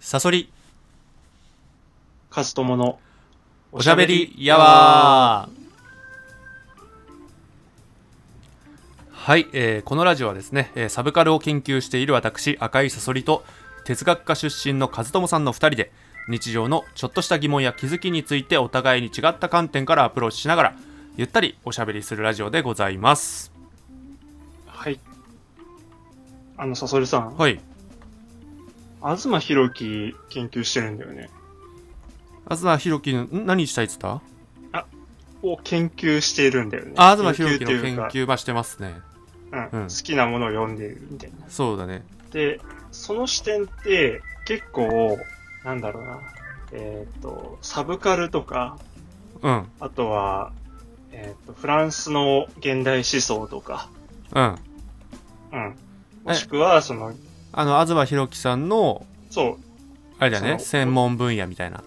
サソリ、カストモのおしゃべりやわーはい、えーこのラジオはですね、えーサブカルを研究している私、赤いサソリと、哲学科出身の和友さんの2人で、日常のちょっとした疑問や気づきについてお互いに違った観点からアプローチしながら、ゆったりおしゃべりするラジオでございます。はい。あの、サソリさん、はい。東博樹研究してるんだよね。東博樹の、ん何したいっつったを研究しているんだよね。あ東博樹のってい研うか究はしてますね。うんうん好きなものを読んでいるみたいな。そうだね。で、その視点って結構、なんだろうな。えっ、と、サブカルとか、うん、あとは、えっ、と、フランスの現代思想とか、うん。うん。もしくは、その、あの、東博樹さんの、そあれだよね、その専門分野みたいな。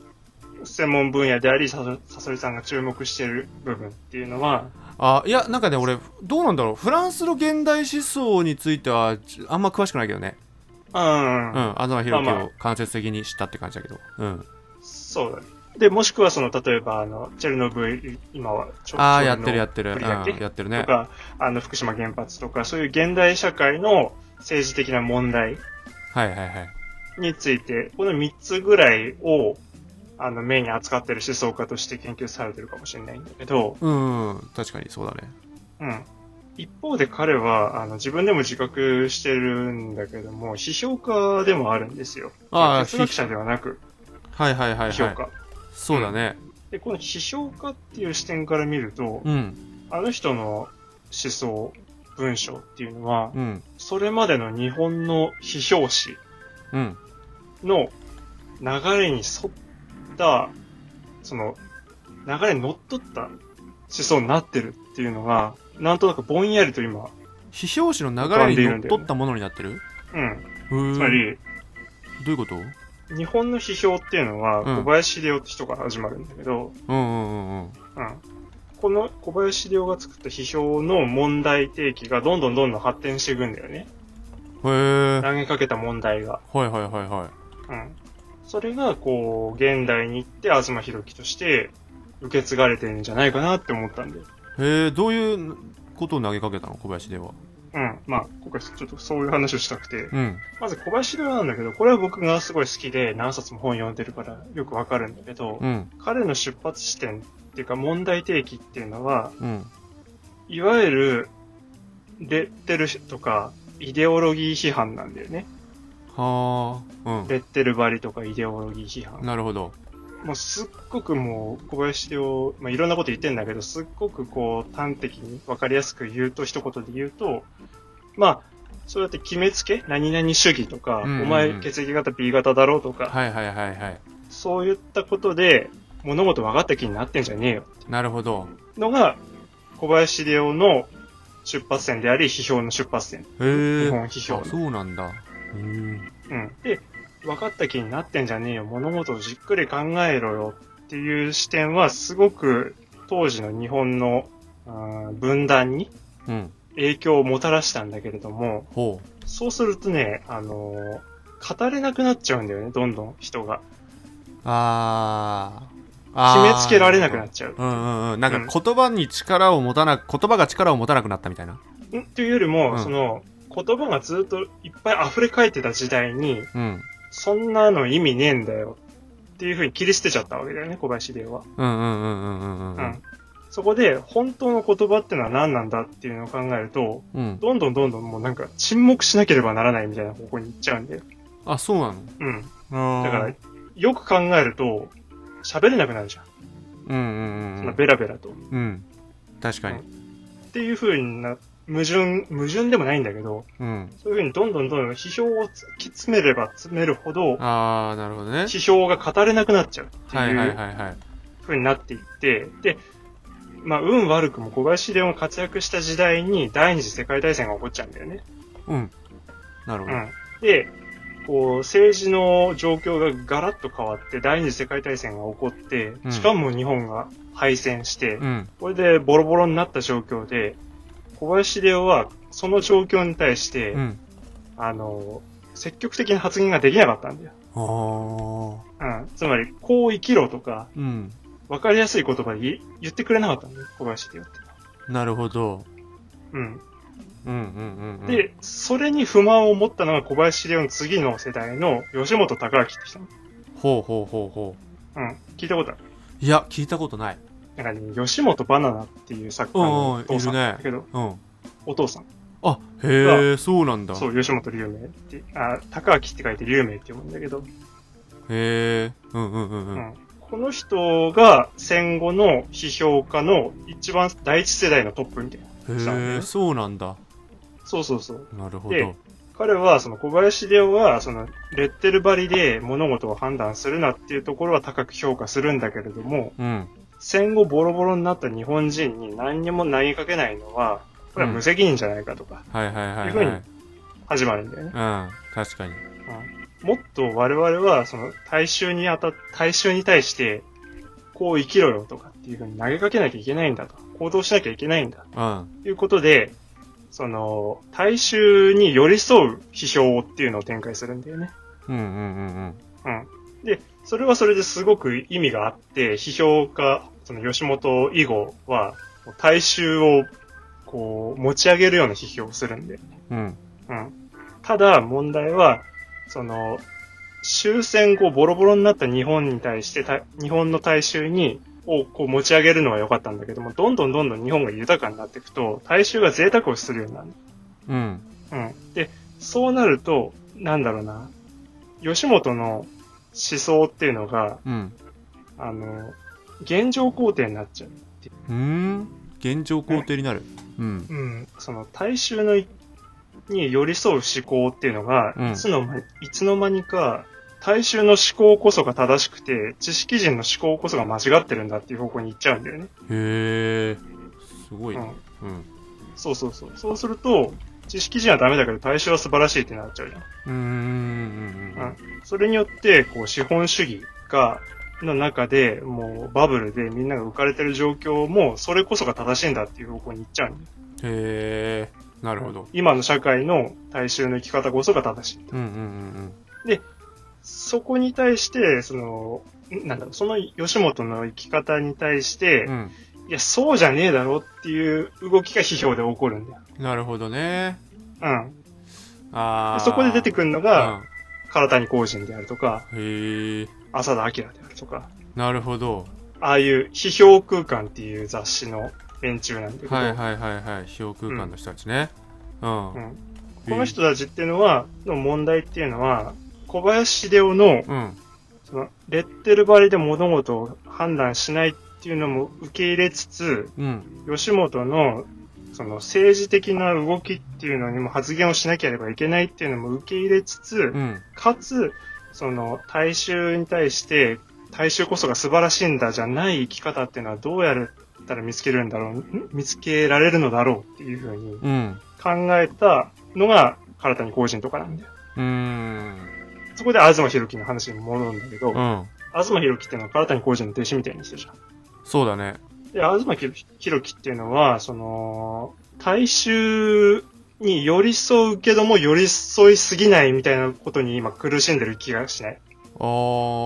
う、専門分野であり、サソサソリさんが注目している部分っていうのは、あいやなんかね俺どうなんだろうフランスの現代思想についてはじあんま詳しくないけどねうん、うん東博樹まあまあを間接的に知ったって感じだけどうんそうだね。で、もしくはその、例えば、あの、チェルノブイリ、今はちょ、ああちょやってるやってる、うぶん、りだっけやってるとねか、あの、福島原発とか、そういう現代社会の政治的な問題はいはいはいについて、この3つぐらいを、あの、メインに扱ってる思想家として研究されてるかもしれないんだけど、うんうん確かにそうだねうん。一方で彼は、あの、自分でも自覚してるんだけども、批評家でもあるんですよ。ああ哲学者ではなく、はいはいはい批評は家。いそうだねで、この批評家っていう視点から見ると、うんあの人の思想、文章っていうのは、うんそれまでの日本の批評史うんの流れに沿った、その、流れに乗っ取った思想になってるっていうのが、なんとなくぼんやりと今、批評誌の流れにのっとったものになってるうん。うーんつまり、どういうこと日本の批評っていうのうは、ん小林秀夫って人から始まるんだけど、うんうんうんうんうん。この小林秀夫が作った批評の問題提起がどんどんどんどん発展していくんだよね。へえ投げかけた問題が。はいはいはいはいうん。それが、こう、現代に行って、東博樹として、受け継がれてるんじゃないかなって思ったんで。へえどういうことを投げかけたの小林ではうん。まあ、今回ちょっとそういう話をしたくて。うんまず小林亮なんだけど、これは僕がすごい好きで、何冊も本読んでるからよくわかるんだけど、うん彼の出発地点っていうか問題提起っていうのは、うんいわゆる、レッテルとか、イデオロギー批判なんだよね。はあうんレッテル張りとかイデオロギー批判。なるほど。もうすっごくもう小林を、まあ、いろんなこと言ってんだけど、すっごくこう端的に分かりやすく言うと、一言で言うと、まあ、そうやって決めつけ、何々主義とうか、んうんうんお前血液型 B 型だろうとか、はいはいはいはい。そういったことで物事分かった気になってんじゃねえよ。なるほど。のが、小林秀夫の出発点であり、批評の出発点。へえ日。本批評あその。うなんだ。うん。うん。で、分かった気になってんじゃねえよ。物事をじっくり考えろよっていう視点は、すごく当時の日本の、うん分断にうん。影響をもたらしたんだけれども、ほう。そうするとね、あのー語れなくなっちゃうんだよね、どんどん人が。あーあ決ー。めつけられなくなっちゃう。うんうんうん。なんか言葉に力を持たな、言葉が力を持たなくなったみたいな。んというよりも、うんその、言葉がずっといっぱい溢れ返ってた時代に、うん。そんなの意味ねえんだよっていうふうに切り捨てちゃったわけだよね、小林秀夫は。うんうんうんうんうんううんん。そこで、本当の言葉ってのは何なんだっていうのを考えると、うん。うん。どんどんどんどんもうなんか沈黙しなければならないみたいな方向に行っちゃうんだよ。あ、そうなうん。のだあーから、よく考えると、喋れなくなるじゃん。うんうんうそんんな。ベラベラと。っうん。確かに。ていうふうにな、矛盾、矛盾でもないんだけど、うん。そういうふうにどんどんどんどん批評を突き詰めれば詰めるほど、ああ、なるほどね。批評が語れなくなっちゃうってはいはいいうはいはい。風になっていって、で、まあ、運悪くも小林秀夫が活躍した時代に第二次世界大戦が起こっちゃうんだよね。うん。なるほうど。ん。で、こう、政治の状況がガラッと変わって、第二次世界大戦が起こってう、んしかも日本が敗戦して、うん。これでボロボロになった状況で、小林秀夫はその状況に対して、うん。あの、積極的な発言ができなかったんだよ。あーうん。つまり、こう生きろとか、うんわかりやすい言葉で言言ってくれなかったのね、小林秀夫って。なるほどうん。うんうんうんうんで、それに不満を持ったのが小林秀夫の次の世代の吉本隆明って人。ほうほうほうほうん。聞いたことある。ういや聞いたことないなんかね、吉本バナナっていう作家のうんうんお父さんいるねだけど、うんお父さん。あへえそうなんだそう、吉本龍明って、あ、高明って書いて龍明って読むんだけど、へえうんうんうんううんんこの人が戦後の批評家の一番第一世代のトップみたいな。へえそうなんだそうそうそう。なるほどで彼は、その小林秀夫は、その、レッテル張りで物事を判断するなっていうところは高く評価するんだけれども、うん戦後ボロボロになった日本人に何にも投げかけないのは、これは無責任じゃないかとか、はいはいはいいうふうはいにうん始まるんだよね。確かにもっと我々は、その、大衆にあた、大衆に対して、こう生きろよとかっていうふうに投げかけなきゃいけないんだと。行動しなきゃいけないんだ。うんということで、その、大衆に寄り添う批評っていうのを展開するんだよね。うんうんうんうんうん。で、それはそれですごく意味があって、批評家、その吉本以後は、大衆を、こう、持ち上げるような批評をするんで。うんうん。ただ、問題は、その、終戦後ボロボロになった日本に対して、た日本の大衆に、をこう持ち上げるのは良かったんだけども、どんどんどんどん日本が豊かになっていくと、大衆が贅沢をするようになる。うんうん。で、そうなると、なんだろうな、吉本の思想っていうのが、うんあの、現状肯定になっちゃう。うーん現状肯定になるうんうん。その大衆のいに寄り添う思考っていうのが、うんいつの間に、いつの間にか、大衆の思考こそが正しくて、知識人の思考こそが間違ってるんだっていう方向に行っちゃうんだよね。へえすごいうねん。うんそうそうそう。そうすると、知識人はダメだけど大衆は素晴らしいってなっちゃうじゃん。うーんうんうんそれによって、こう、資本主義が、の中で、もう、バブルでみんなが浮かれてる状況も、それこそが正しいんだっていう方向に行っちゃうんだよへえなるほど今の社会の大衆の生き方こそが正しい。うんうんそこに対して、その、んなんだろう、その吉本の生き方に対してうんう、んいや、そうじゃねえだろっていう動きが批評で起こるんだよ。うんなるほどねうん。あであそこで出てくくるのるが、唐谷公人であるとか、へえ浅田明であるとか、なるほどああいう批評空間っていう雑誌の連中なんだけど、はいはいはいはい非表空間の人たちねうんううんん、この人たちっていうのは、の問題っていうのは、小林秀夫のうんそのレッテル張りで物事を判断しないっていうのも受け入れつつ、うん吉本のその政治的な動きっていうのにも発言をしなければいけないっていうのも受け入れつつ、うんかつ、その大衆に対して、大衆こそが素晴らしいんだじゃない生き方っていうのはどうやったら見つけるんだろう、ん見つけられるのだろうっていうふうにうん考えたのが唐谷公人とかなんだよ。うーんそこで東博樹の話に戻るんだけうど、ん東博樹っていうのは唐谷公人の弟子みたいな人じゃん。そうだねで、東博樹っていうのは、その、大衆に寄り添うけども寄り添いすぎないみたいなことに今苦しんでる気がしない。あ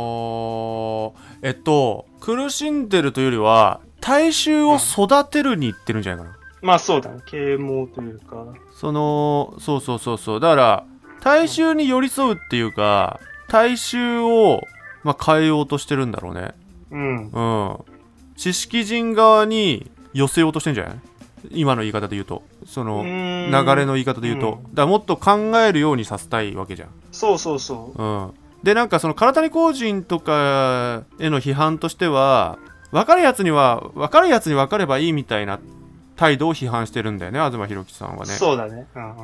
ーえっと苦しんでるというよりは大衆を育てるに行ってるんじゃないかなまあそうだね、啓蒙というか。そのそうそうそうそうだから大衆に寄り添うっていうか大衆を、まあ、変えようとしてるんだろうねうん。うん知識人側に寄せようとしてんじゃない今の言い方で言うとその流流れの言い方で言うと、うんだからもっと考えるようにさせたいわけじゃんそうそうそうん、でなんかその唐谷公人とかへの批判としては分かるやつには分かるやつに分かればいいみたいな態度を批判してるんだよね東博樹さんう。はねそうだね。うん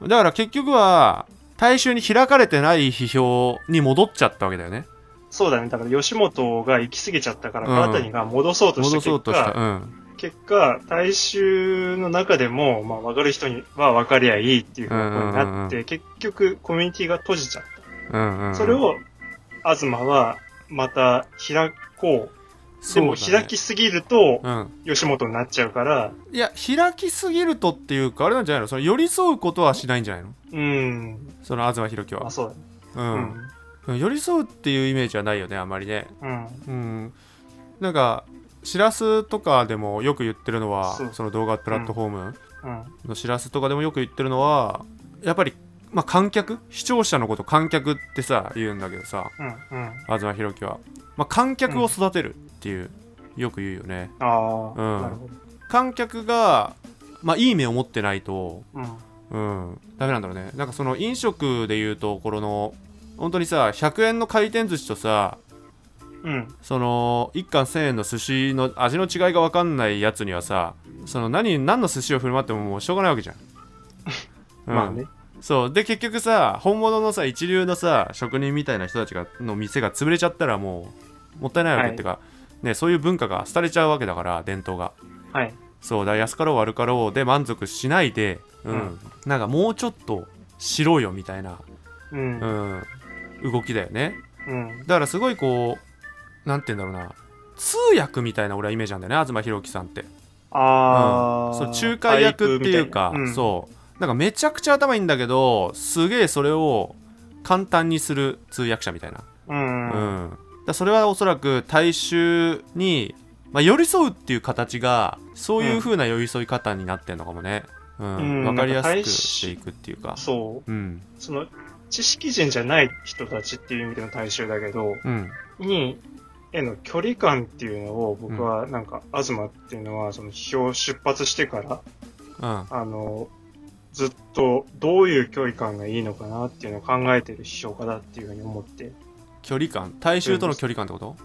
うん。だから結局は大衆に開かれてない批評に戻っちゃったわけだよねそうだね。だから吉本が行き過ぎちゃったから、うん唐谷が戻そうとし戻た結そうとした、果、うん、結果、大衆の中でも、まあ分かる人には分かりゃいいっていうふうになって、結局コミュニティが閉じちゃっうんうんうた。んそれを、東はまた開こう。でもそうだ開ねきすぎるとう、ん、吉本になっちゃうから、いや開きすぎるとっていうかあれなんじゃないのその寄り添うことはしないんじゃないのうん。その東博樹まはあ、そううんだね。うん。うん寄り添うっていうイメージはないよねあまりねうん。うんなんかしらすとかでもよく言ってるのはそうその動画プラットフォームうん。のしらすとかでもよく言ってるのはやっぱり、まあ、観客視聴者のこと観客ってさ言うんだけどさうん。うん。東博樹は、まあ、観客を育てるっていう、よく言うよねああ、うんなるほど。観客が、まあ、いい目を持ってないとうん。うんダメなんだろうねなんかその飲食でいうところの本当にさ100円の回転寿司とさうん。その1貫1000円の寿司の味の違いが分かんないやつにはさその何何の寿司を振る舞ってももうしょうがないわけじゃん、うん まあね。そうで結局さ本物のさ一流のさ職人みたいな人たちがの店が潰れちゃったらもうもったいないわけ、はいってかねそういう文化が廃れちゃうわけだから伝統がはい。そうだから安かろう悪かろうで満足しないでうん、うんなんかもうちょっとしろよみたいな、うんう。ん、動きだよねうん。だからすごいこうなんて言うんだろうな通訳みたいな俺はイメージなんだよね東博樹さんってああ、そう仲介役っていうか、パイプみたいなそうなんかめちゃくちゃ頭いいんだけどすげえそれを簡単にする通訳者みたいな、うん。うん。ううんんだそれはおそらく大衆に、まあ、寄り添うっていう形がそういう風な寄り添い方になってんのかもね、うんうん分かりやなんか大すく衆していくっていうかそう。うんその、知識人じゃない人たちっていう意味での大衆だけど、うんに、への距離感っていうのを僕はなんか、東っていうのは、その批評出発してから、うんあの、ずっとどういう距離感がいいのかなっていうのを考えてる批評家だっていうふうに思って、距離感大衆との距離感ってこと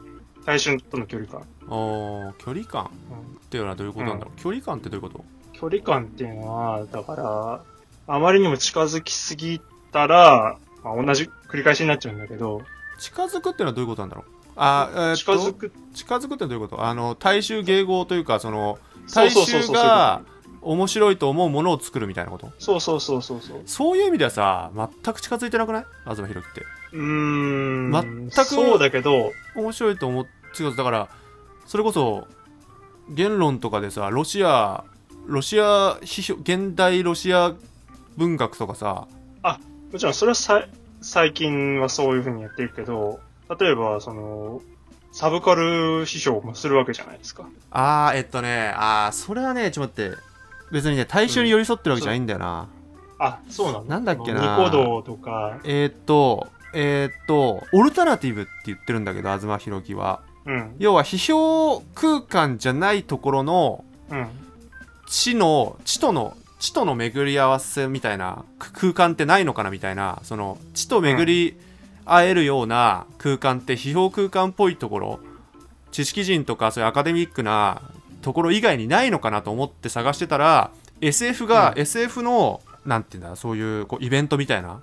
大衆との距離感。おー距離感うんっていうのはどういうことなんだろう、距離感ってどういうこと距離感っていうのは、だから、あまりにも近づきすぎたら、まあ、同じ繰り返しになっちゃうんだけど、近づくっていうのはどういうことなんだろうあーえーっと近づく、近づくってどういうことあの大衆迎合というかそのそう大そうそう衆そうが面白いと思うものを作るみたいなことそうそうそうそうそう。そういう意味ではさ全く近づいてなくない東博樹ってうーん。全くそうだけど、面白いと思ってだからそれこそ言論とかでさロシアロシア批評現代ロシア文学とかさもちろんそれはさ最近はそういうふうにやってるけど、例えば、その、サブカル批評もするわけじゃないですか。あーえっとねあーそれはねちょっと待って別にね大衆に寄り添ってるわけじゃないんだよな、あ、そうなのなんだっけなニコ動とか、えーっとえーっとオルタナティブって言ってるんだけど東博樹はうん、要は批評空間じゃないところのうん、地の地との地との巡り合わせみたいなく空間ってないのかなみたいなその地と巡り合えるような空間って批評空間っぽいところ知識人とかそういうアカデミックなところ以外にないのかなと思って探してたら SF が、う SF のなんていうんだそういうこうイベントみたいな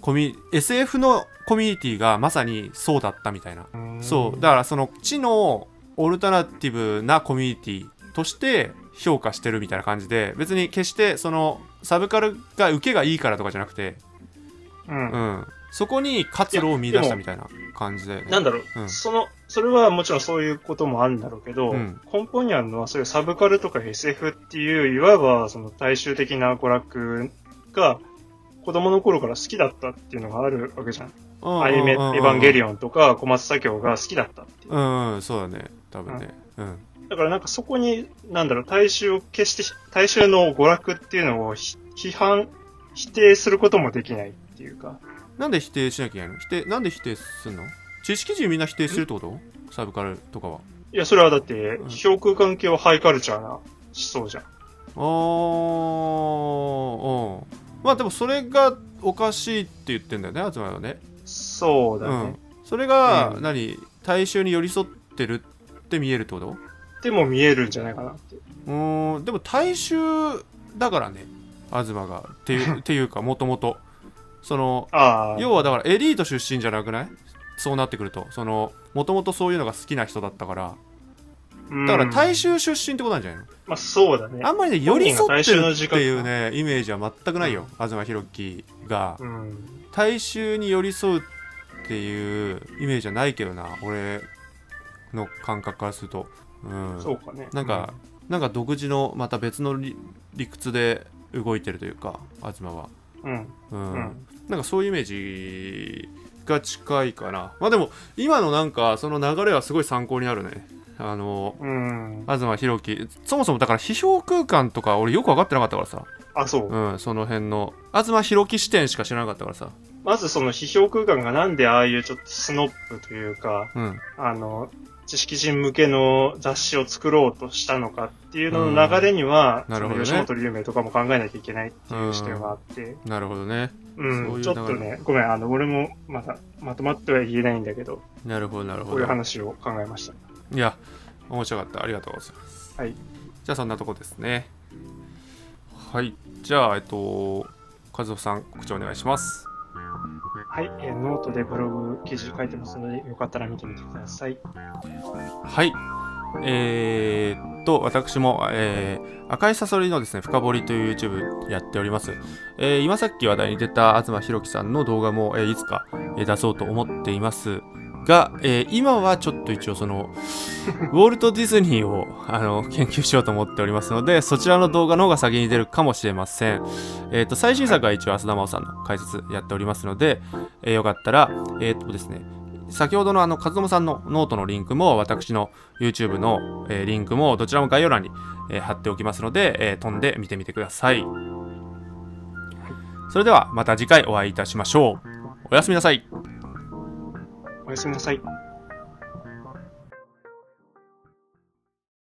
コミ SF のコミュニティがまさにそうだったみたいなうん。そうだからその地のオルタナティブなコミュニティとして評価してるみたいな感じで別に決してそのサブカルが受けがいいからとかじゃなくて、うんう。ん、そこに活路を見出したみたいな感じで、なんだろう、うんその、それはもちろんそういうこともあるんだろうけど、うん根本にあるのはそういうサブカルとか SF っていう、いわばその大衆的な娯楽が、子供の頃から好きだったっていうのがあるわけじゃん。アニメ、エヴァンゲリオンオンとか小松左京が好きだったっていう。うん、うん、そうだね多分ねうんだからなんかそこに、なんだろう、大衆を決して、大衆の娯楽っていうのをひ批判、否定することもできないっていうか。なんで否定しなきゃいけないの否定なんで否定すんの知識人みんな否定してるってことサブカルとかはいや、それはだってう、ん評空関係はハイカルチャーな思想じゃん。あーうんまあでもそれがおかしいって言ってんだよね集まりはねそうだね。うん、それが、うん何大衆に寄り添ってるって見えるってことでも見えるんじゃないかなって。うーんでも大衆だからね東がっていう っていうかもともとそのああ。要はだからエリート出身じゃなくないそうなってくるとそのもともとそういうのが好きな人だったからうん、だから大衆出身ってことなんじゃないの、まあそうだね。あんまりね寄り添ってる本人が大衆のっ自て覚いうねイメージは全くないよ、東博樹がうん。大衆に寄り添うっていうイメージはないけどな俺の感覚からすると、うん、そうかね。なんか、なんか独自のまた別の理理屈で動いてるというか東は、うん、うんうんなんかそういうイメージが近いかなまあでも今のなんかその流れはすごい参考になるねあのうん。東博樹そもそもだから批評空間とか俺よく分かってなかったからさあ、そう。うんその辺の東博樹視点しか知らなかったからさまずその批評空間がなんでああいうちょっとスノップというか、うんあの、知識人向けの雑誌を作ろうとしたのかっていうのの流れには、うんなるほどねその吉本龍明とかも考えなきゃいけないっていう視点があって、なるほどねうん、そういう流れちょっとね、ごめん、あの、俺もまだまとまっては言えないんだけど、なるほどなるこほうどいう話を考えました。いや面白かったありがとうございますはいじゃあそんなとこですねはいじゃあえっと和夫さん告知お願いしますはい、えーノートでブログ記事書いてますので、よかったら見てみてください。はい。えーっと、私も、えー赤いサソリのですね、深掘りという YouTube やっております。えー今さっき話題に出た東博樹さんの動画も、えーいつか、えー出そうと思っていますが、えー今はちょっと一応その、ウォルト・ディズニーをあの研究しようと思っておりますので、そちらの動画の方が先に出るかもしれません。えーっと、最新作は一応浅田真央さんの解説やっておりますので、えーよかったら、えーっとですね、先ほどのあの、和友さんのノートのリンクも、私の YouTube の、えーリンクも、どちらも概要欄に、えー貼っておきますので、えー飛んで見てみてください。それでは、また次回お会いいたしましょう。おやすみなさい。おやすみなさい。